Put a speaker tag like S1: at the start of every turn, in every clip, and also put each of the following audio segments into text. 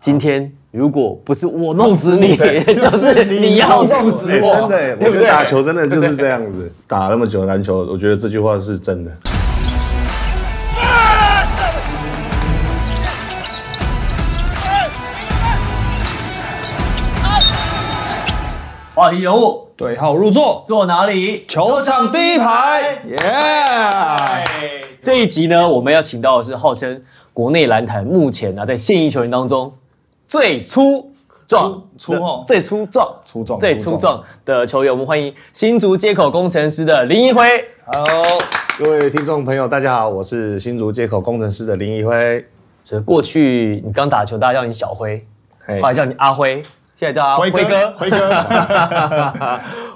S1: 今天如果不是我弄死你， 就是你要弄死
S2: 哎
S1: 我，
S2: 真的耶，
S1: 对
S2: 我
S1: 不
S2: 觉得
S1: 对？
S2: 打球真的就是这样 子。打那么久篮球，我觉得这句话是真的。
S1: 话题人物
S3: 对号入座，
S1: 坐哪里？
S3: 球场第一排，耶、
S1: 这一集呢，我们要请到的是号称国内篮坛目前啊，在现役球员当中最粗壮、
S3: 粗粗哦
S1: 最粗壮、
S3: 粗壮
S1: 最粗壮的球员。我们欢迎新竹接口工程师的林一辉。
S3: 好，
S2: 各位听众朋友，大家好，我是新竹接口工程师的林一辉。
S1: 这过去你刚打球，大家叫你小辉，
S2: 嘿
S1: 后来叫你阿辉，现在叫阿辉哥。
S3: 辉哥，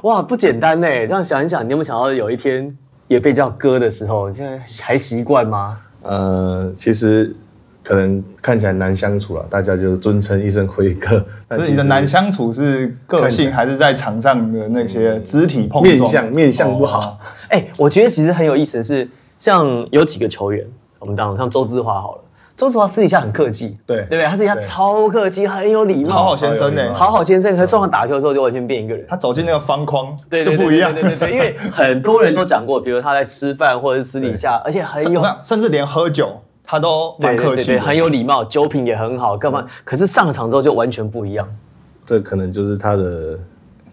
S1: 哇，不简单呢！这样想一想，你有没有想到有一天也被叫哥的时候，你现在还习惯吗？
S2: 呃，其实可能看起来难相处了，大家就尊称一声辉哥。但
S3: 不
S2: 其
S3: 是
S2: 实
S3: 你的难相处是个性，还是在场上的那些肢体碰撞？
S2: 面相面相不好
S3: 哦，
S1: 哎、我觉得其实很有意思的是，像有几个球员，我们当像周志华好了，周志华私底下很客气，
S2: 对
S1: 对不对？他私底下超客气，很有礼貌，
S3: 好好先生
S2: 好有礼
S3: 呢？
S2: 貌
S1: 好好先生，可是上场打球的时候就完全变一个人。
S3: 他走进那个方框，
S1: 对
S3: 就
S1: 对对
S3: 不一样。
S1: 对对对对，因为很多人都讲过，比如他在吃饭或者是私底下，而且很
S3: 甚
S1: 有
S3: 那甚至连喝酒他都蛮
S1: 对对
S3: 客
S1: 对
S3: 气
S1: 哎对，
S3: 的，
S1: 很有礼貌，酒品也很好，干嘛？可是上场之后就完全不一样。
S2: 这可能就是他的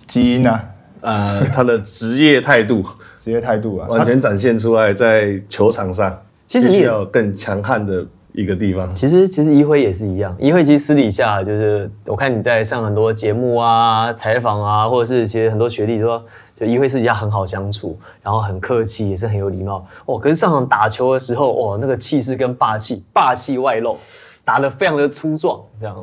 S3: 基因啊，
S2: 呃 他的职业态度
S3: 职业态度啊。
S1: 哦
S2: 完全展现出来在球场上，
S1: 其实你
S2: 必
S1: 也
S2: 须要有更强悍的一个地方。
S1: 其实其实一辉也是一样，一辉其实私底下就是，我看你在上很多节目啊、采访啊，或者是其实很多学弟都说，就一辉私底下很好相处，然后很客气，也是很有礼貌。哦，可是上场打球的时候，哦，那个气势跟霸气，霸气外露，打得非常的粗壮，这样。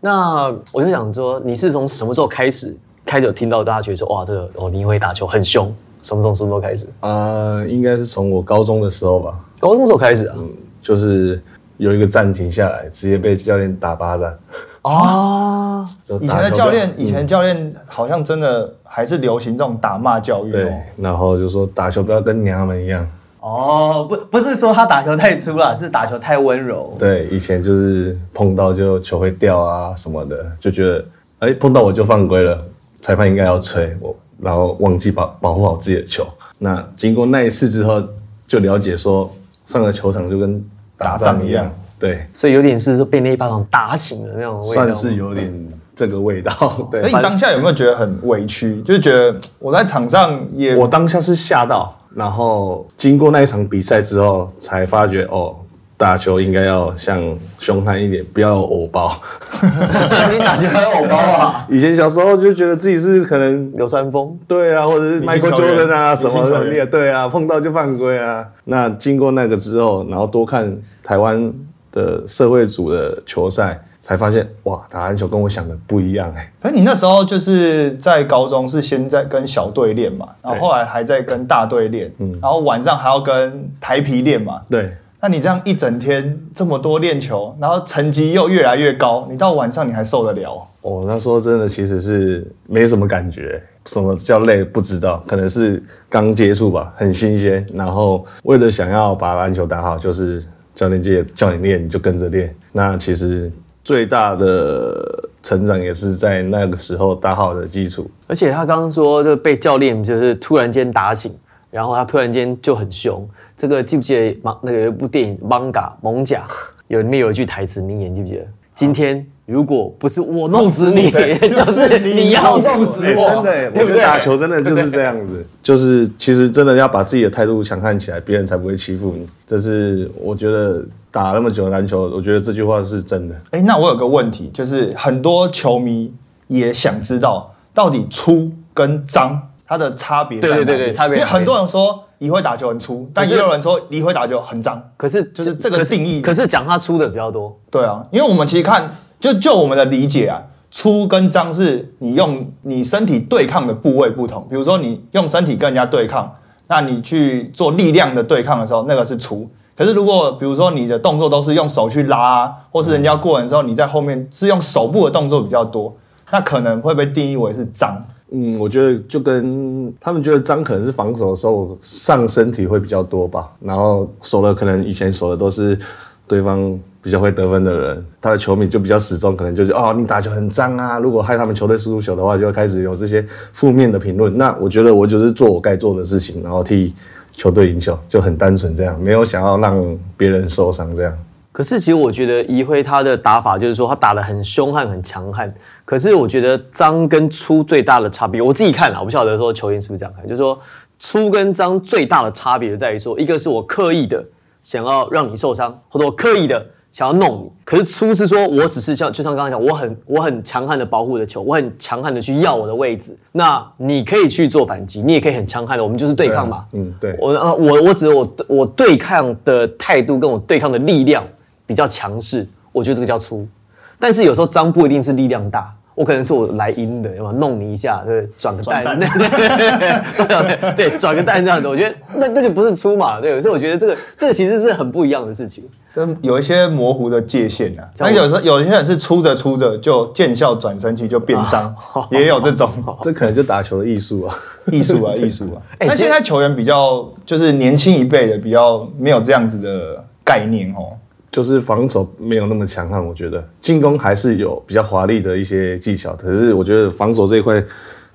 S1: 那我就想说，你是从什么时候开始开始有听到大家觉得说，哇，这个哦，林一辉打球很凶？什么时候什么时候开始？
S2: 呃，应该是从我高中的时候吧，
S1: 高中时候开始啊？
S2: 就是有一个暂停下来，直接被教练打巴掌。
S1: 啊，
S2: 就打
S3: 以前的
S2: 球
S3: 教
S2: 就
S3: 练，以前教练好像真的还是流行这种打骂教育哦
S2: 对。，然后就说打球不要跟娘们一样。
S1: 哦，不不是说他打球太粗了，是打球太温柔。
S2: 对，以前就是碰到就球会掉啊什么的，就觉得哎、碰到我就犯规了，裁判应该要吹我，然后忘记保保护好自己的球。那经过那一次之后，就了解说上了球场就跟
S3: 打
S2: 打
S3: 仗
S2: 仗
S3: 一
S2: 一
S3: 样
S2: 样，对，
S1: 所以有点是说被那一巴掌打醒的那种味道。
S2: 算是有点这个味道。
S3: 那
S2: 对
S3: 你，当下有没有觉得很委屈？就是觉得我在场上也
S2: 我当下是吓到，然后经过那一场比赛之后，才发觉哦，打球应该要像凶悍一点，不要有偶包。
S1: 你打球还有偶包啊？
S2: 以前小时候就觉得自己是可能
S1: 流川枫
S2: 对啊，或者是
S3: 明星
S2: Michael
S3: 球员
S2: Jordan 啊什
S3: 明
S2: 么
S3: 星球
S2: 的，
S3: 员
S2: 你也对啊，碰到就犯规啊。那经过那个之后，然后多看台湾的社会组的球赛，才发现哇，打篮球跟我想的不一样哎、
S3: 可是你那时候就是在高中是先在跟小队练嘛，然后后来还在跟大队练，
S1: 嗯
S3: 然后晚上还要跟台皮练嘛。
S2: 对，
S3: 那你这样一整天这么多练球，然后成绩又越来越高，你到晚上你还受得了？
S2: 我哦那时候真的其实是没什么感觉，什么叫累不知道，可能是刚接触吧，很新鲜。然后为了想要把篮球打好，就是教练界叫你练你就跟着练。那其实最大的成长也是在那个时候打好的基础。
S1: 而且他刚刚说，就被教练就是突然间打醒，然后他突然间就很凶。这个记不记得芒那个有一部电影《芒嘎蒙甲》有里面有一句台词名言，记不记得？今天如果不是我弄死你， 就是你要弄死
S2: 哎，
S1: 我，
S2: 真的
S1: 对
S2: 耶，我
S1: 不
S2: 觉
S1: 对
S2: 得？打球真的就是这样子，就是其实真的要把自己的态度强悍起来，别人才不会欺负你。这是我觉得打那么久的篮球，我觉得这句话是真的。
S3: 哎，那我有个问题，就是很多球迷也想知道，到底粗跟脏它的差别在哪里？
S1: 对对对对差别
S3: 因
S1: 在
S3: 为
S1: 哪里
S3: 很多人说你会打球很粗，但也有人说你会打球很脏。
S1: 可是
S3: 就是这个定义
S1: 可是讲他出的比较多。
S3: 对啊，因为我们其实看，就就我们的理解啊，粗跟脏是你用你身体对抗的部位不同。比如说你用身体跟人家对抗，那你去做力量的对抗的时候，那个是粗。可是如果比如说你的动作都是用手去拉、啊，或是人家过人之后你在后面是用手部的动作比较多，那可能会被定义为是脏。
S2: 嗯，我觉得就跟他们觉得脏可能是防守的时候上身体会比较多吧，然后守的可能以前守的都是对方比较会得分的人，他的球迷就比较始终可能就是哦，你打球很脏啊。如果害他们球队输球的话，就会开始有这些负面的评论。那我觉得我就是做我该做的事情，然后替球队赢球，就很单纯这样，没有想要让别人受伤这样。
S1: 可是其实我觉得一辉他的打法就是说他打得很凶悍、很强悍。可是我觉得脏跟粗最大的差别，我自己看啊，我不晓得说球员是不是这样看，就是说粗跟脏最大的差别就在于说，一个是我刻意的想要让你受伤，或者我刻意的想要弄你。可是粗是说我只是像就像刚才讲，我很我很强悍的保护我的球，我很强悍的去要我的位置。那你可以去做反击，你也可以很强悍的，我们就是对抗嘛。
S2: 嗯，对。
S1: 我啊，我我只有我对我对抗的态度跟我对抗的力量比较强势，我觉得这个叫粗。但是有时候脏不一定是力量大，我可能是我来阴的，要么弄你一下，对，转个蛋，
S3: 转
S1: 对对对 对，转个蛋这样子，我觉得那那就不是粗嘛，对。所以我觉得这个这个其实是很不一样的事情。
S3: 真有一些模糊的界限啊。
S1: 这
S3: 那
S1: 样
S3: 有时候有些人是出着出着就见效转神奇就变脏，也有这种
S2: 这可能就打球的艺术啊。
S3: 艺术啊艺术啊。
S1: 哎
S3: 但
S1: 其实
S3: 现在球员比较就是年轻一辈的比较没有这样子的概念哦。
S2: 就是防守没有那么强悍，我觉得进攻还是有比较华丽的一些技巧，可是我觉得防守这一块，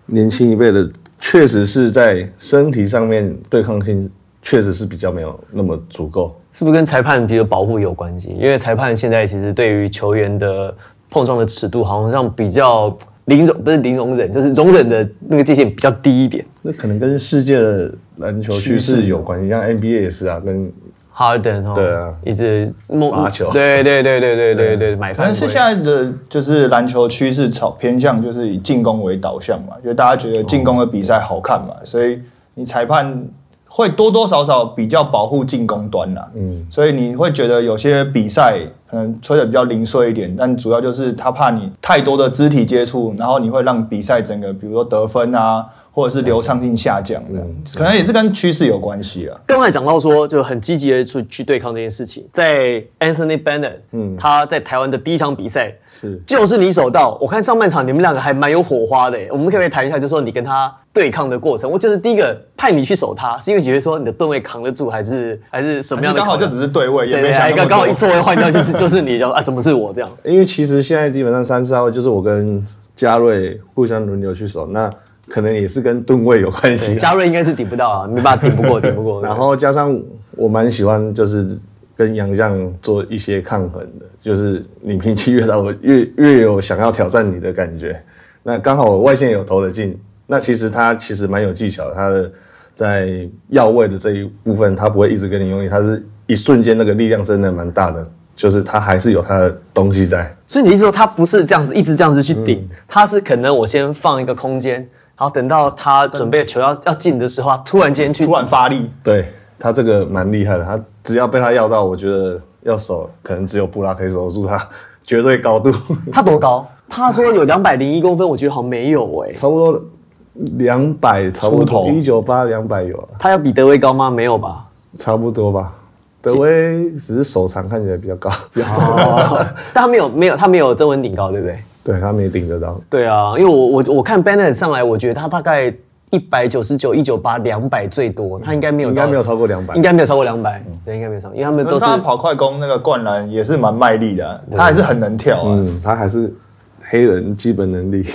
S2: 年轻一辈的确实是在身体上面对抗性确实是比较没有那么足够。
S1: 是不是跟裁判比如保护有关系？因为裁判现在其实对于球员的碰撞的尺度好像比较零容，不是零容忍，就是容忍的那个界限比较低一点。
S2: 那可能跟世界的篮球趋
S3: 趋
S2: 势
S3: 势
S1: 嗯
S2: 有关系，像 NBA 也是啊，跟
S1: Harden 哦，
S2: 对啊
S1: 一直梦
S2: 罚球
S1: 对对对对对对对，买
S3: 可
S1: 犯
S3: 能
S1: 规
S3: 是现在的就是篮球趋势朝偏向就是以进攻为导向嘛，就大家觉得进攻的比赛好看嘛，所以你裁判会多多少少比较保护进攻端啦。嗯，所以你会觉得有些比赛可能吹的比较零碎一点，但主要就是他怕你太多的肢体接触，然后你会让比赛整个比如说得分啊，或者是流畅性下降的，可能也嗯是跟趋势有关系啊。
S1: 刚才讲到说，就很积极的去去对抗这件事情，在 Anthony Bennett，嗯，他在台湾的第一场比赛
S2: 是
S1: 就是你手到，我看上半场你们两个还蛮有火花的耶，我们可不可以谈一下，就说你跟他对抗的过程？我就是第一个派你去守他，是因为觉得说你的吨位扛得住，还是还是什么样的
S3: 刚
S1: 考
S3: 好
S1: 量？
S3: 就只是对位，也
S1: 对
S3: 没
S1: 对，
S3: 想
S1: 还
S3: 那么
S1: 刚刚好
S3: 多
S1: 一错位换掉，就是 就是你，然后啊，怎么是我这样？
S2: 因为其实现在基本上三四号就是我跟嘉瑞互相轮流去守，那可能也是跟吨位有关系啊。
S1: 嘉瑞应该是顶不到啊，没办法顶不 过，顶不过。
S2: 然后加上我蛮喜欢就是跟杨绛做一些抗衡的，就是你脾气越大，我越越有想要挑战你的感觉。那刚好我外线有投得进，那其实他其实蛮有技巧的，他的在要位的这一部分，他不会一直跟你用力，他是一瞬间那个力量真的蛮大的，就是他还是有他的东西在。
S1: 所以你意思说他不是这样子一直这样子去顶，他是可能我先放一个空间，然后等到他准备球要要进的时候，他突然间去
S3: 突然发力。
S2: 对他这个蛮厉害的，他只要被他要到，我觉得要守可能只有布拉可以守得住他绝对高度。
S1: 他多高？他说有两百零一公分，我觉得好像没有哎、
S2: 差不多两百，差不
S3: 出头
S2: 多一九八两百有啊，
S1: 他要比德威高吗？没有吧。
S2: 差不多吧。德威只是手长看起来比较 高，比较长，
S1: 哦， 但他没有没有他没有曾文鼎高，对不对？
S2: 对他没顶得到。
S1: 对啊，因为我我我看 Bennett 上来，我觉得他大概一百九十九、一九八、两百最多，他应该没有到
S2: 应该没有超过200
S1: 应该没有超过两百、对，应该没有超过，因为他们
S3: 可
S1: 都
S3: 是
S1: 是
S3: 他跑快攻那个灌篮也是蛮卖力的啊、他还是很能跳啊，
S2: 嗯，他还是黑人基本能力，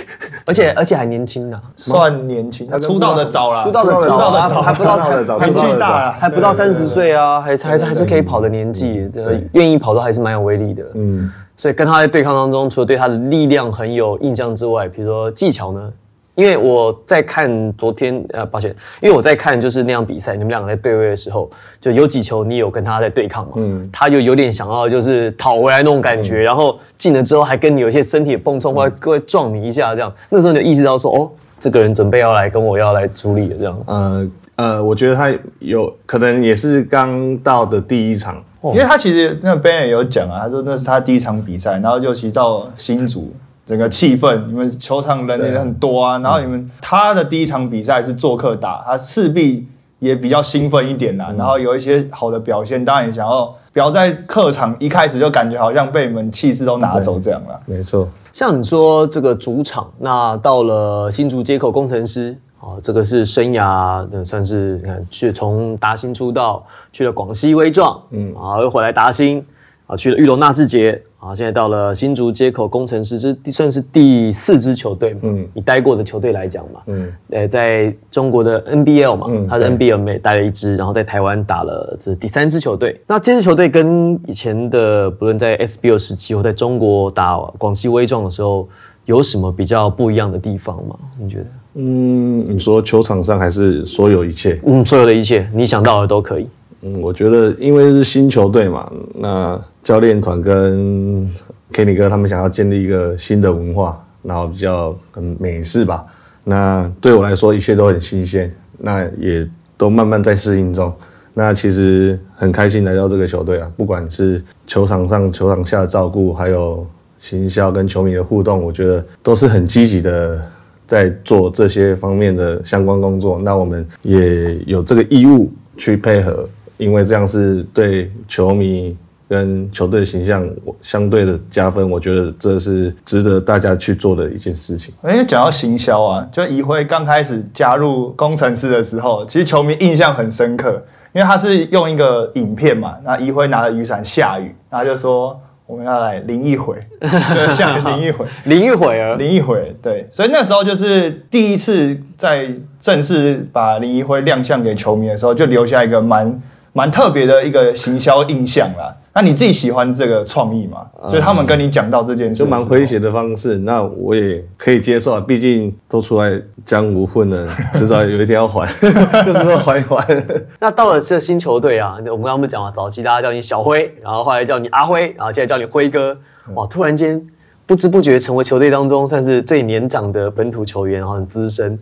S1: 而且而且还年轻呢、啊
S3: 算年轻，他出道的早啦，
S1: 出道的
S3: 出
S1: 早
S3: 道
S1: 啊
S3: 的早，
S1: 还不到
S2: 早，
S3: 年纪大
S2: 了。
S3: 啊，
S1: 还不到三十岁啊，还是还是还是可以跑的年纪，呃愿意跑都还是蛮有威力的。嗯，所以跟他在对抗当中，除了对他的力量很有印象之外，比如说技巧呢？因为我在看昨天，呃，抱歉，因为我在看就是那样比赛，你们两个在对位的时候，就有几球你有跟他在对抗嘛，嗯，他就有点想要就是讨回来那种感觉，然后进了之后还跟你有一些身体的碰撞，或者会撞你一下这样，那时候你就意识到说，哦，这个人准备要来跟我要来处理的这样，
S2: 呃呃，我觉得他有可能也是刚到的第一场，
S3: 因为他其实那 Ben 也有讲啊，他说那是他第一场比赛，然后尤其到新竹，整个气氛，你们球场人也很多啊，然后你们他的第一场比赛是做客打，他势必也比较兴奋一点啦，然后有一些好的表现，当然也想要不要在客场一开始就感觉好像被你们气势都拿走这样啦。
S2: 没错。
S1: 像你说这个主场，那到了新竹接口工程师，哦，这个是生涯的算是你看去从达兴出道，去了广西威壮，嗯，啊，又回来达兴，啊，去了玉龙纳智捷啊，现在到了新竹接口工程师，这是第算是第四支球队嘛，嗯，你待过的球队来讲嘛，嗯，呃，在中国的 NBL 嘛，
S2: 嗯
S1: 他是
S2: 对
S1: NBL 没待了一支，然后在台湾打了这是第三支球队。那这支球队跟以前的不论在 SBL 时期或在中国打广西威壮的时候，有什么比较不一样的地方吗？你觉得？
S2: 嗯，你说球场上还是所有一切？
S1: 嗯，所有的一切你想到的都可以。
S2: 嗯，我觉得因为是新球队嘛，那教练团跟 Kenny 哥他们想要建立一个新的文化，然后比较嗯美式吧。那对我来说，一切都很新鲜，那也都慢慢在适应中。那其实很开心来到这个球队啊，不管是球场上、球场下的照顾，还有行销跟球迷的互动，我觉得都是很积极的在做这些方面的相关工作。那我们也有这个义务去配合，因为这样是对球迷跟球队形象相对的加分。我觉得这是值得大家去做的一件事情。
S3: 哎，讲到行销啊，就怡辉刚开始加入工程师的时候，其实球迷印象很深刻，因为他是用一个影片嘛，那怡辉拿着雨伞下雨，然后就说我们要来淋一 回，对，下雨淋一回，
S1: 林啊玉会儿，
S3: 林一辉，对，所以那时候就是第一次在正式把林一辉亮相给球迷的时候，就留下一个蛮蛮特别的一个行销印象啦。那你自己喜欢这个创意吗？就是他们跟你讲到这件事，
S2: 呃就蛮诙。谐的方式，那我也可以接受啊。毕竟都出来江湖混了，迟早有一天要还， 就是说还一还。
S1: 那到了这新球队啊，我们刚刚不是讲了，早期大家叫你小辉，然后后来叫你阿辉，然后现在叫你辉哥，
S3: 嗯
S1: 哇，突然间不知不觉成为球队当中算是最年长的本土球员，然后很资深。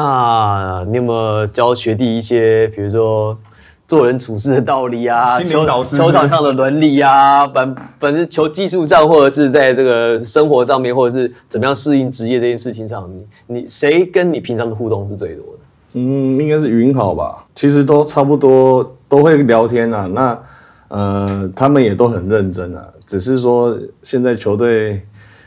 S1: 那你有没有教学弟一些，比如说做人处事的道理啊，
S3: 心灵
S1: 球
S3: 导师
S1: 球场上的伦理啊，本本是球技术上，或者是在这个生活上面，或者是怎么样适应职业这件事情上，你你谁跟你平常的互动是最多的？
S2: 嗯，应该是云好吧，其实都差不多，都会聊天啊。那呃，他们也都很认真啊，只是说现在球队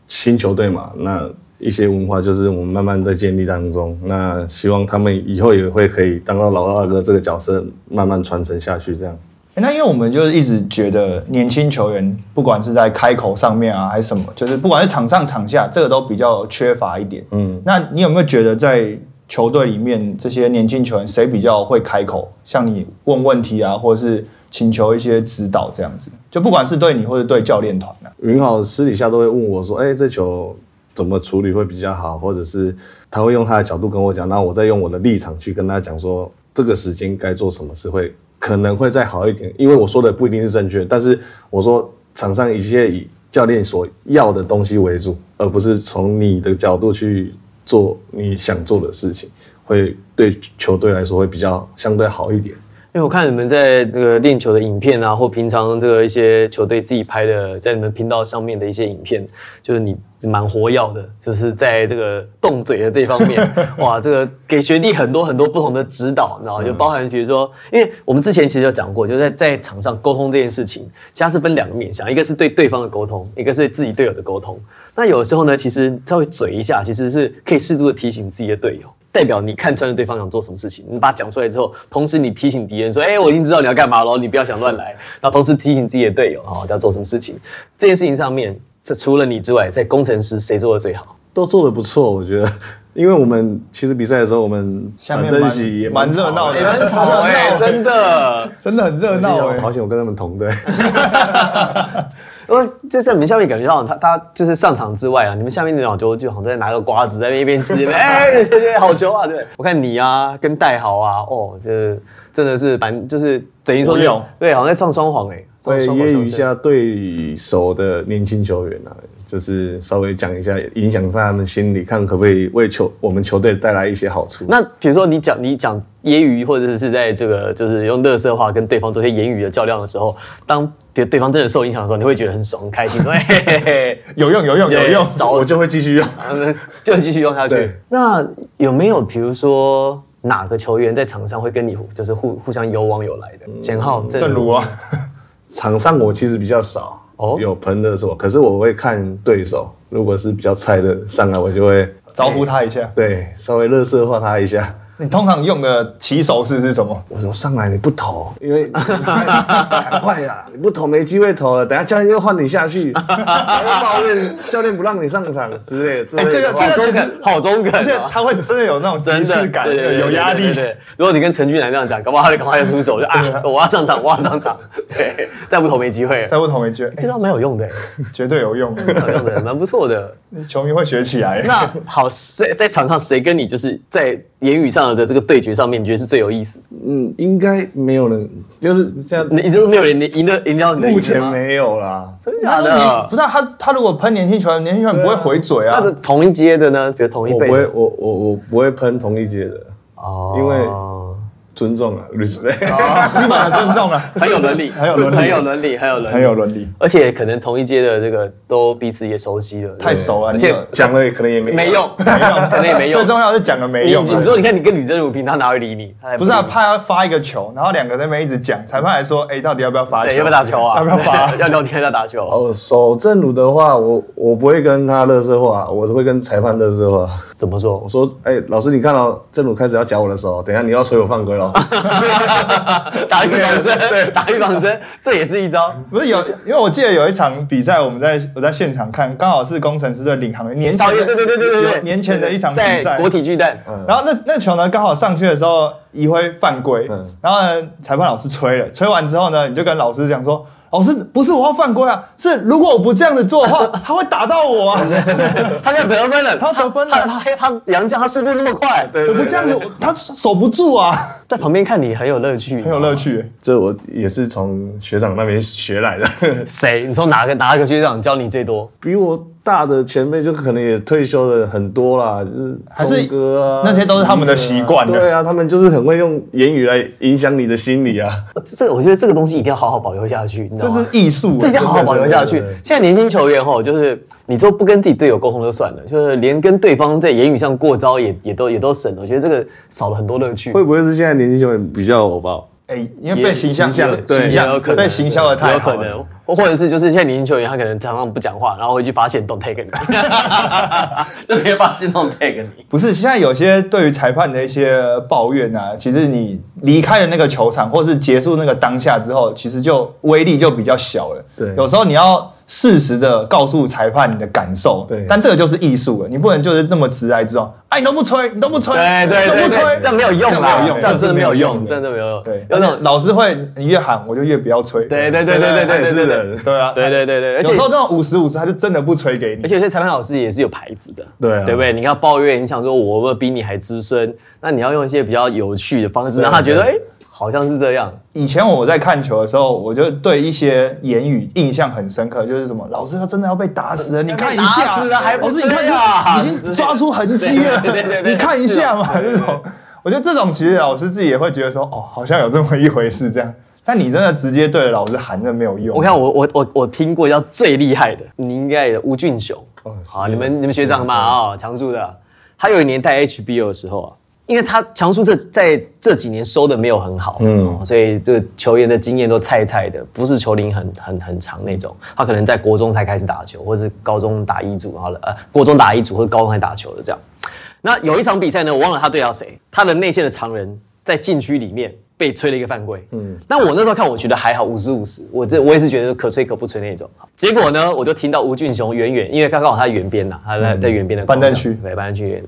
S2: 新球队嘛，那一些文化就是我们慢慢在建立当中。那希望他们以后也会可以当到老大哥这个角色，慢慢传承下去。这样，
S3: 诶那因为我们就是一直觉得年轻球员，不管是在开口上面啊，还是什么，就是不管是场上场下，这个都比较缺乏一点。
S2: 嗯，
S3: 那你有没有觉得在球队里面这些年轻球员谁比较会开口，向你问问题啊，或者是请求一些指导这样子？就不管是对你或者对教练团啊，
S2: 云好私底下都会问我说：“哎、这球怎么处理会比较好？”或者是他会用他的角度跟我讲，然后我再用我的立场去跟他讲说，这个时间该做什么事会可能会再好一点，因为我说的不一定是正确，但是我说场上一切以教练所要的东西为主，而不是从你的角度去做你想做的事情，会对球队来说会比较相对好一点。
S1: 因为哎我看你们在这个练球的影片啊，或平常这个一些球队自己拍的，在你们频道上面的一些影片，就是你蛮活跃的，就是在这个动嘴的这方面，哇，这个给学弟很多很多不同的指导，然后就包含比如说，因为我们之前其实有讲过，就是在在场上沟通这件事情，其实它是分两个面向，一个是对对方的沟通，一个是自己队友的沟通。那有的时候呢，其实稍微嘴一下，其实是可以适度的提醒自己的队友。代表你看穿了对方想做什么事情，你把它讲出来之后，同时你提醒敌人说：“哎、我已经知道你要干嘛了，你不要想乱来。”然后同时提醒自己的队友哦，要做什么事情。这件事情上面，这除了你之外，在工程师谁做的最好？
S2: 都做的不错，我觉得，因为我们其实比赛的时候，我们
S3: 下面
S2: 板凳
S3: 蛮
S2: 席也
S3: 蛮热
S2: 吵
S3: 闹的，
S1: 很吵哎、真的。
S3: 真的很热闹哎。
S2: 好险我跟他们同队。
S1: 因为就哦在你们下面感觉到他他就是上场之外啊，你们下面那种就就好像在拿个瓜子在那边吃，哎、对对对，好球啊！对，我看你啊，跟戴豪啊，哦，这真的是蛮就是等于说
S3: 我有
S1: 对，好像在撞双簧哎、欸，撞
S2: 会
S1: 双簧
S2: 揶揄
S1: 上
S2: 一
S1: 身
S2: 下对手的年轻球员啊，就是稍微讲一下，影响他们心理，看可不可以为球我们球队带来一些好处。
S1: 那比如说你讲你讲揶揄，或者是在这个就是用乐色话跟对方做一些言语的较量的时候，当别对方真的受影响的时候，你会觉得很爽、很开心，说 嘿嘿嘿嘿，
S3: 有用有用有用，
S1: 找
S2: 我就会继续用。
S1: 嗯就继续用下去
S2: 对。
S1: 那有没有比如说哪个球员在场上会跟你互就是互互相有往有来的？简浩、
S3: 正如啊，
S2: 场上我其实比较少
S1: 哦
S2: 有喷的是我，可是我会看对手，如果是比较菜的上来，我就会
S3: 招呼他一下。
S2: 对稍微热色化他一下。
S3: 你通常用的起手式是什么？
S2: 我说上来你不投，因为 赶快啊，你不投没机会投了，等下教练又换你下去， 还会抱怨教练不让你上场之类的之类
S3: 哎
S2: 的。
S3: 这个这个
S1: 中
S3: 其
S1: 肯
S3: 实，
S1: 好中肯
S3: 而且
S1: 啊。
S3: 他会真的有那种即
S1: 真的
S3: 视感，
S1: 对对对对
S3: 有压力
S1: 对。对对如果你跟陈俊南那样讲，搞不好他就赶快就出手，就啊，我要上场，我要上场，对，再不投没机会了。
S3: 再不同没觉，
S1: 这招蛮有用的，
S3: 绝对有用，
S1: 蛮有用的，蛮不错的。
S3: 球迷会学起来。
S1: 那好，在在场上谁跟你就是在言语上的这个对决上面，你觉得是最有意思？
S2: 嗯，应该没有人，就是这样，
S1: 你你就是没有人你赢得赢到你的意
S2: 目
S1: 思
S2: 前
S1: 吗，
S2: 没有啦。
S1: 真假
S3: 那你
S1: 的
S3: 不？是、啊、他，他如果喷年轻球员，年轻球员不会回嘴啊
S1: 那。是同一阶的呢，比如同一
S2: 我
S1: 辈
S2: 不会，
S1: 的
S2: 我我我不会喷同一届的，
S1: 哦
S2: 因为尊重啊，respect。
S3: 基本上尊重了，
S1: 很有伦理，
S3: 很有伦理
S1: 很有伦理，很有伦理，
S3: 很有伦理，
S1: 而且可能同一阶的这个都彼此也熟悉了，
S3: 太熟了。
S1: 而且
S3: 你有
S2: 讲了也可能也没
S1: 没用，
S3: 没用，
S1: 可能也没用
S3: 最。重要是讲个没
S1: 你
S3: 用
S1: 你
S3: 啊。
S1: 说，你看你跟吕正如拼，他哪会理你？他才
S3: 不是啊，
S1: 理你
S3: 怕他发一个球，然后两个在那边一直讲，裁判还说，哎，到底要不要罚球？
S1: 对，要不要打球啊？
S3: 要不要罚？
S1: 要聊天要打球？
S2: 哦，守正如的话，我我不会跟他乐色话，我会跟裁判乐色话。
S1: 怎么
S2: 我
S1: 说？
S2: 说，哎、老师，你看到、哦、正如开始要夹我的手，等一下你要捶我犯规哦了。
S1: 打预防针，打预防针，这也是一招。
S3: 不是有，因为我记得有一场比赛，我们在我在现场看，刚好是工程师队领航员年前
S1: 导
S3: 的
S1: 哦演，对对对对对对，
S3: 年前的一场比
S1: 在
S3: 赛
S1: 国。体巨蛋，
S3: 然后那那球呢，刚好上去的时候，一挥犯规，
S2: 嗯
S3: 然后呢，裁判老师吹了，吹完之后呢，你就跟老师讲说，老师不是我要犯规啊，是如果我不这样子做 的话，他会打到我啊，
S1: 他要得分了，
S3: 他得分
S1: 他
S3: 了，
S1: 他他杨绛他速度那么快，对
S3: 我不这样子，我他守不住啊，
S1: 在旁边看你很有乐趣，
S3: 很有乐。趣。
S2: 这我也是从学长那边学来的，
S1: 谁？你从哪个哪个学长教你最多？
S2: 比我大的前辈就可能也退休的很多啦，就是
S3: 还是
S2: 钟哥啊，
S3: 那些都是他们的习惯的
S2: 对啊，他们就是很会用言语来影响你的心理啊。
S1: 呃这个我觉得这个东西一定要好好保留下去，你知道
S3: 这
S1: 吗？
S3: 是艺术，啊
S1: 这一定要好好保留下去
S2: 对对对对。
S1: 现在年轻球员吼，就是你说不跟自己队友沟通就算了，就是连跟对方在言语上过招也也都也都省了。我觉得这个少了很多乐趣
S2: 会。不会是现在年轻球员比较偶包？
S3: 哎，因为被形象
S2: 也
S3: 形
S2: 对
S1: 也有
S3: 象
S1: 可能
S3: 被行销的太
S1: 有
S3: 好
S1: 可
S3: 了，
S1: 能，或或者是就是现在年轻球员他可能常常不讲话，然后回去发现 don't take 你， 就直接发现 don't take 你。
S3: 不是，现在有些对于裁判的一些抱怨啊，其实你离开了那个球场，或是结束那个当下之后，其实就威力就比较小了。
S2: 对
S3: 有时候你要适时的告诉裁判你的感受。
S2: 对
S3: 但这个就是艺术了，你不能就是那么直来直往。哎，你都不吹，你都不吹，
S1: 对对
S3: 你都
S1: 对
S3: 不吹，
S1: 对，这样没有用
S3: 这样
S1: 啦
S3: 没有，用，
S1: 这样真的没有用，
S3: 这
S1: 真
S3: 样
S1: 的没有用。
S3: 对，
S1: 有
S3: 有
S1: 那
S3: 种
S1: 种
S3: 老师会，你越喊我就越不要吹。哎
S1: 对对对对对对对对对
S3: 对啊，
S1: 对对对对，而
S3: 有
S1: 且
S3: 时候这种五十五十，他就真的不吹给
S1: 而
S3: 你。
S1: 且有些裁判老师也是有牌子的，
S2: 对啊
S1: 对不对？你看抱怨，你想说我们比你还资深，那你要用一些比较有趣的方式，让他觉得哎、诶好像是这样。
S3: 以前我在看球的时候，我就对一些言语印象很深刻，就是什么老师他真的要被打死了，你看一
S1: 打
S3: 下，
S1: 死了还不
S3: 老师
S1: 吹
S3: 你
S1: 啊
S3: 看就是已经抓出痕迹了
S1: 对对对对，对
S3: 你看一下嘛，这种，我觉得这种其实老师自己也会觉得说，哦，好像有这么一回事这样。但你真的直接对着老师喊，那没有用。
S1: 我看我我我我听过叫最厉害的，你应该也吴俊雄，好，你们你们学长嘛啊，强叔的，他有一年带 HBO 的时候啊。因为他强叔这在这几年收的没有很好，嗯，所以这个球员的经验都菜菜的，不是球龄很很很长那种。他可能在国中才开始打球，或者是高中打一组，然后呃，国中打一组或者高中才打球的这样。那有一场比赛呢，我忘了他对到谁，他的内线的常人在禁区里面被吹了一个犯规。嗯，那我那时候看，我觉得还好，五十五十，我这我也是觉得可吹可不吹那种。好结果呢，我就听到吴俊雄远远，因为刚刚好他在远边呐，他在在远边的
S3: 板凳区
S1: 对，板凳区远，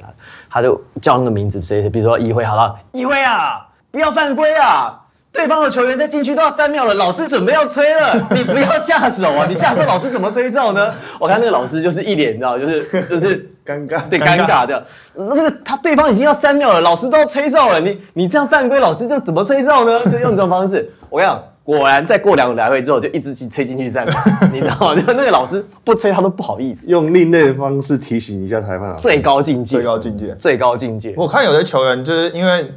S1: 他就叫那个名字，谁，比如说一辉，好了，一辉啊，不要犯规啊。对方的球员在禁区都要三秒了，老师准备要吹了，你不要下手啊！你下手，老师怎么吹哨呢？我看那个老师就是一脸，你知道，就是就是
S2: 尴尬
S1: 对，尴尬的。那个他对方已经要三秒了，老师都要吹哨了，你你这样犯规，老师就怎么吹哨呢？就 用这种方式。我跟你讲，果然再过两个来回之后，就一直吹进去三秒，你知道吗？就 那个老师不吹他都不好意思，
S2: 用另类的方式提醒一下裁判啊。
S1: 最高境界，
S3: 最高境界。
S1: 最高境界。
S3: 我看有些球员就是因为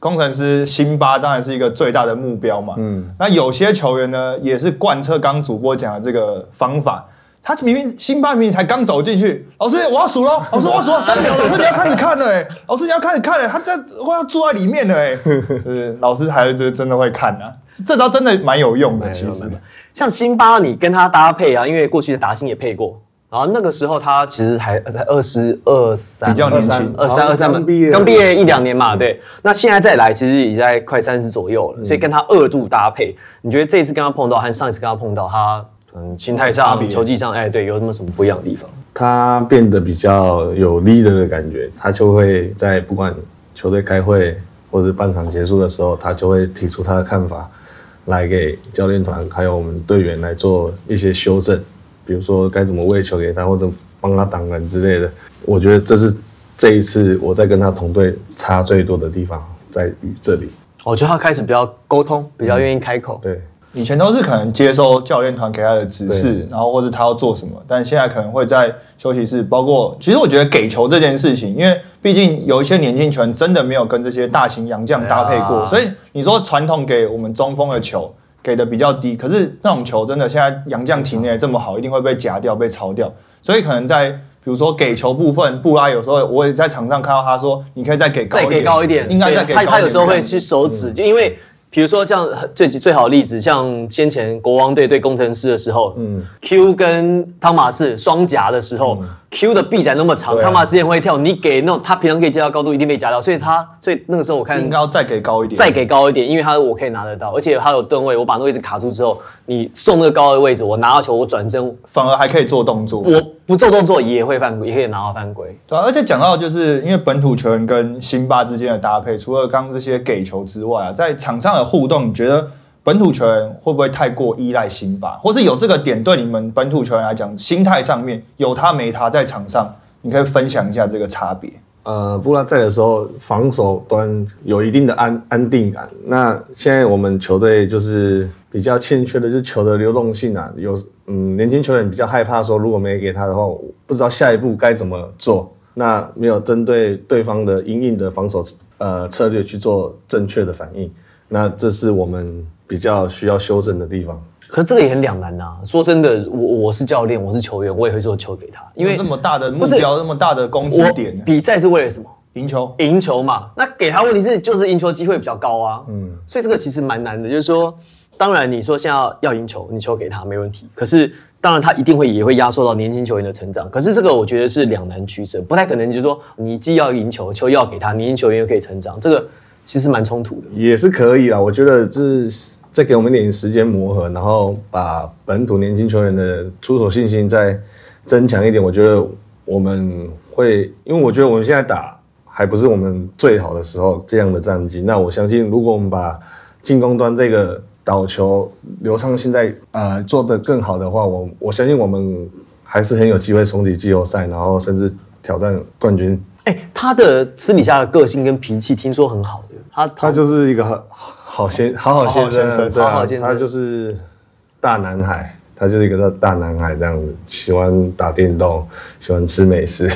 S3: 工程师辛巴当然是一个最大的目标嘛，嗯，那有些球员呢也是贯彻刚主播讲的这个方法。他明明辛巴明明才刚走进去，老师我要数喽，老师我要数了三秒，老师你要开始看了哎、老师你要开始看了、他这样我要坐在里面了 哎、就是老师还是真真的会看啊，这招真的蛮有用的，其实
S1: 像辛巴，你跟他搭配啊，因为过去的达兴也配过，然后那个时候他其实还才二十二三，
S3: 比较年轻
S1: 二三二三
S2: 刚毕业
S1: 刚毕业一两年嘛，
S3: 嗯
S1: 对。那现在再来，其实已经在快三十左右了，所以跟他二度搭配，你觉得这一次跟他碰到和上一次跟他碰到，他嗯心态
S3: 差别
S1: 上、球技上，哎，对，有什么什么不一样的地方？
S2: 他变得比较有 leader 的感觉，他就会在不管球队开会或者半场结束的时候，他就会提出他的看法，来给教练团还有我们队员来做一些修正，比如说该怎么喂球给他，或者帮他挡人之类的。我觉得这是这一次我在跟他同队差最多的地方，在于这里。
S1: 我觉得他开始比较沟通，比较愿意开口。
S2: 对，
S3: 以前都是可能接收教练团给他的指示，然后或者他要做什么，但现在可能会在休息室，包括其实我觉得给球这件事情，因为毕竟有一些年轻球员真的没有跟这些大型洋将搭配过，
S1: 哎呀
S3: 所以你说传统给我们中锋的球给的比较低，可是那种球真的现在洋将体内这么好，一定会被夹掉、被抄掉，所以可能在。比如说给球部分，布拉有时候我也在场上看到他说，你可以再给高一
S1: 再
S3: 点，
S1: 给高一点，
S3: 应该再
S1: 对
S3: 给高一
S1: 他他
S3: 点。
S1: 有时候
S3: 这
S1: 会
S3: 样嗯
S1: 去手指，就因为比如说像最最好的例子，像先前国王队对工程师的时候，嗯，Q 跟汤马士双夹的时
S3: 嗯
S1: 候、q 的臂展那么长，
S2: 对啊
S1: 汤马士也会跳，你给那种他平常可以接到的高度一定被夹到，所以他所以那个时候我看
S3: 应该要再给高一点，
S1: 再给高一点，因为他我可以拿得到，而且他有吨位，我把那个位置卡住之后，你送那个高的位置，我拿到球，我转身，
S3: 反而还可以做动作。
S1: 我不做动作也会犯规，也可以拿到犯规。
S3: 对啊、而且讲到就是因为本土球员跟辛巴之间的搭配，除了刚刚这些给球之外啊，在场上的互动，你觉得本土球员会不会太过依赖辛巴，或是有这个点对你们本土球员来讲，心态上面有他没他在场上，你可以分享一下这个差别。
S2: 呃，布拉在的时候，防守端有一定的安安定感。那现在我们球队就是比较欠缺的，就是球的流动性啊。有嗯，年轻球员比较害怕说，如果没给他的话，我不知道下一步该怎么做。那没有针对对方的阴影的防守呃策略去做正确的反应，那这是我们比较需要修正的地方。
S1: 可这个也很两难呐、说真的，我我是教练，我是球员，我也会做球给他，因为
S3: 这么大的目
S1: 不是
S3: 标，这么大的攻击
S1: 我
S3: 点，
S1: 比赛是为了什么？
S3: 赢球。
S1: 赢球嘛。那给他问题是就是赢球机会比较高啊。嗯，所以这个其实蛮难的，就是说，当然你说现在要要赢球，你球给他没问题，可是当然他一定会也会压缩到年轻球员的成长。可是这个我觉得是两难取舍，不太可能就是说你既要赢球，球又要给他，年轻球员又可以成长，这个其实蛮冲突的。
S2: 也是可以啦。我觉得这再给我们一点时间磨合，然后把本土年轻球员的出手信心再增强一点。我觉得我们会，因为我觉得我们现在打还不是我们最好的时候这样的战绩。那我相信，如果我们把进攻端这个导球流畅性在呃做得更好的话，我我相信我们还是很有机会冲击季后赛，然后甚至挑战冠军。
S1: 哎、他的私底下的个性跟脾气听说很好的，他
S2: 他就是一个好好先好好先
S3: 好好
S2: 生
S3: 先生
S2: 啊，对
S1: 好
S2: 啊
S1: 好先，生
S2: 他就是大男孩，他就是一个大男孩这样子，喜欢打电动，喜欢吃美食，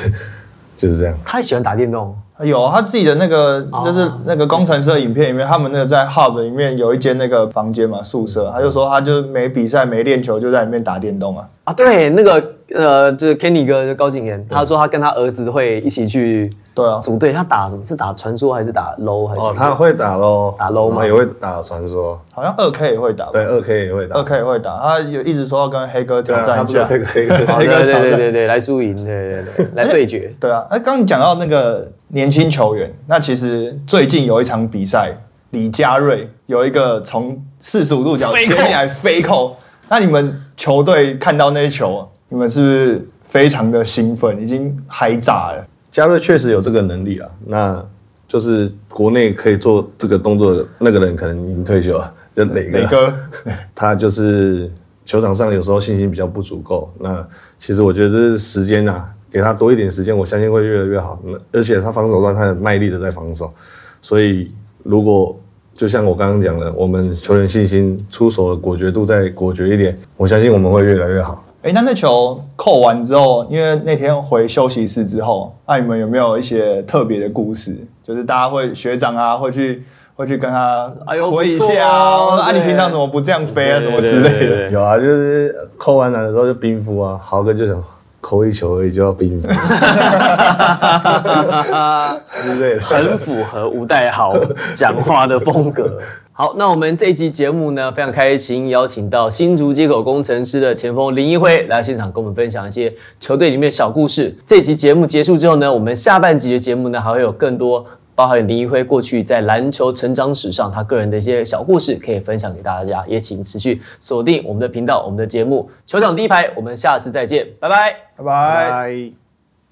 S2: 就是这样。
S1: 他也喜欢打电动。
S3: 有他自己的那个， 就是那个工程师的影片里面，他们那个在 Hub 里面有一间那个房间嘛，宿舍，他就说他就没比赛没练球就在里面打电动啊。
S1: 啊，对，那个呃，就是 Kenny 哥就高景言，他说他跟他儿子会一起去
S3: 对啊
S1: 组队，他打什么是打传说还是打 low 还是什么？
S2: 哦，他会打喽，
S1: 打咯吗
S2: 然后也会打传说，
S3: 好像二 K 也会打吧，
S2: 对，二 K 也会打，
S3: 二 K 也会打，他有一直说要跟黑哥
S2: 对
S3: 挑
S2: 啊
S3: 战一下。
S2: 他不是黑哥，黑哥
S1: 好，哦对
S3: 那个
S1: 对
S3: 挑
S1: 对
S3: 战
S1: 对对，来输赢，对对对，来对决。
S3: 对啊，哎，刚刚讲到那个年轻球员，那其实最近有一场比赛，李佳瑞有一个从四十五度角
S1: 飞
S3: 切
S1: 扣
S3: 进来飞扣，那你们球队看到那些球，你们是不是非常的兴奋，已经嗨炸了？
S2: 嘉瑞确实有这个能力啊，那就是国内可以做这个动作的那个人，可能已经退休了，就磊哥。
S3: 磊哥，
S2: 他就是球场上有时候信心比较不足够。那其实我觉得这是时间啊，给他多一点时间，我相信会越来越好。那而且他防守端他很卖力的在防守，所以如果就像我刚刚讲的，我们球员信心、出手的果决度再果决一点，我相信我们会越来越好。
S3: 哎，那那球扣完之后，因为那天回休息室之后，那你们有没有一些特别的故事？就是大家会学长啊，会去会去跟他
S1: 哎呦
S3: 回一
S1: 不错
S3: 下啊，
S1: 哦
S3: 或者啊，你
S1: 对
S3: 平常怎么不这样飞啊，什么
S1: 对对
S3: 之类
S1: 对
S3: 的
S1: 对。
S2: 有啊，就是扣完篮的时候就冰敷啊，豪哥就想扣一球而已就要比你 们之类的。
S1: 很符合吴代豪讲话的风格。 好，那我们这一集节目呢，非常开心邀请到新竹接口工程师的前锋林一辉来现场，跟我们分享一些球队里面的小故事。这集节目结束之后呢，我们下半集的节目呢，还会有更多包含林一辉过去在篮球成长史上他个人的一些小故事可以分享给大家，也请持续锁定我们的频道，我们的节目球场第一排，我们下次再见，拜拜。
S3: 拜拜。
S2: 拜。